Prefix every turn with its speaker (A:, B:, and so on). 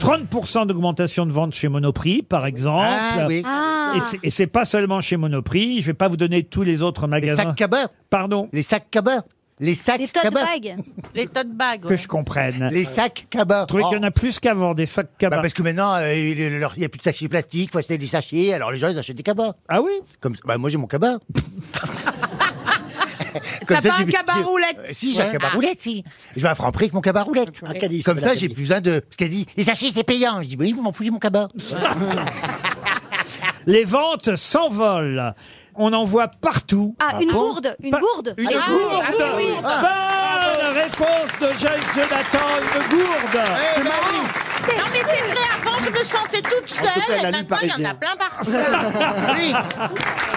A: 20% d'augmentation de vente chez Monoprix, par exemple.
B: Ah oui. Ah.
A: Et c'est- Et c'est pas seulement chez Monoprix. Je vais pas vous donner tous les autres magasins.
B: sacs cabas.
A: Pardon.
B: Les sacs cabas. Les sacs
C: Les tote
B: cabas.
C: bags.
D: Les tote bags.
A: Que je comprenne.
B: Les sacs cabas.
A: Vous trouvez qu'il y en
B: Oh.
A: a plus qu'avant, des sacs cabas.
B: Bah, parce que maintenant, euh, il il- il n'y a plus de sachets plastiques, il faut acheter des sachets, alors les gens, ils achètent des cabas.
A: Ah oui
B: Comme, bah, moi, j'ai mon cabas.
D: T'as pas
B: j'ai-
D: un cabas
B: j'ai-
D: roulette
B: Euh, Si, j'ai un
D: Ouais.
B: cabas
D: Ah.
B: roulette, si. Je vais à Franprix avec mon cabas roulette. Comme ça, j'ai plus besoin de. Parce qu'elle dit, les sachets, c'est payant. Je dis, oui, vous m'en foutez mon cabas.
A: Les ventes s'envolent. On en voit partout.
C: Ah, une
B: bon
C: gourde, une
A: Pas-
C: gourde.
A: Une
C: Ah,
A: gourde
C: oui, oui.
A: Bonne réponse de Joyce Jonathan, une gourde
D: Eh
B: C'est
D: ben
B: marrant.
D: Non mais c'est vrai, avant je me sentais toute
E: En tout cas,
D: seule,
E: la
D: et
E: nuit
D: maintenant il y en
E: parisienne.
D: a plein partout.
B: Oui.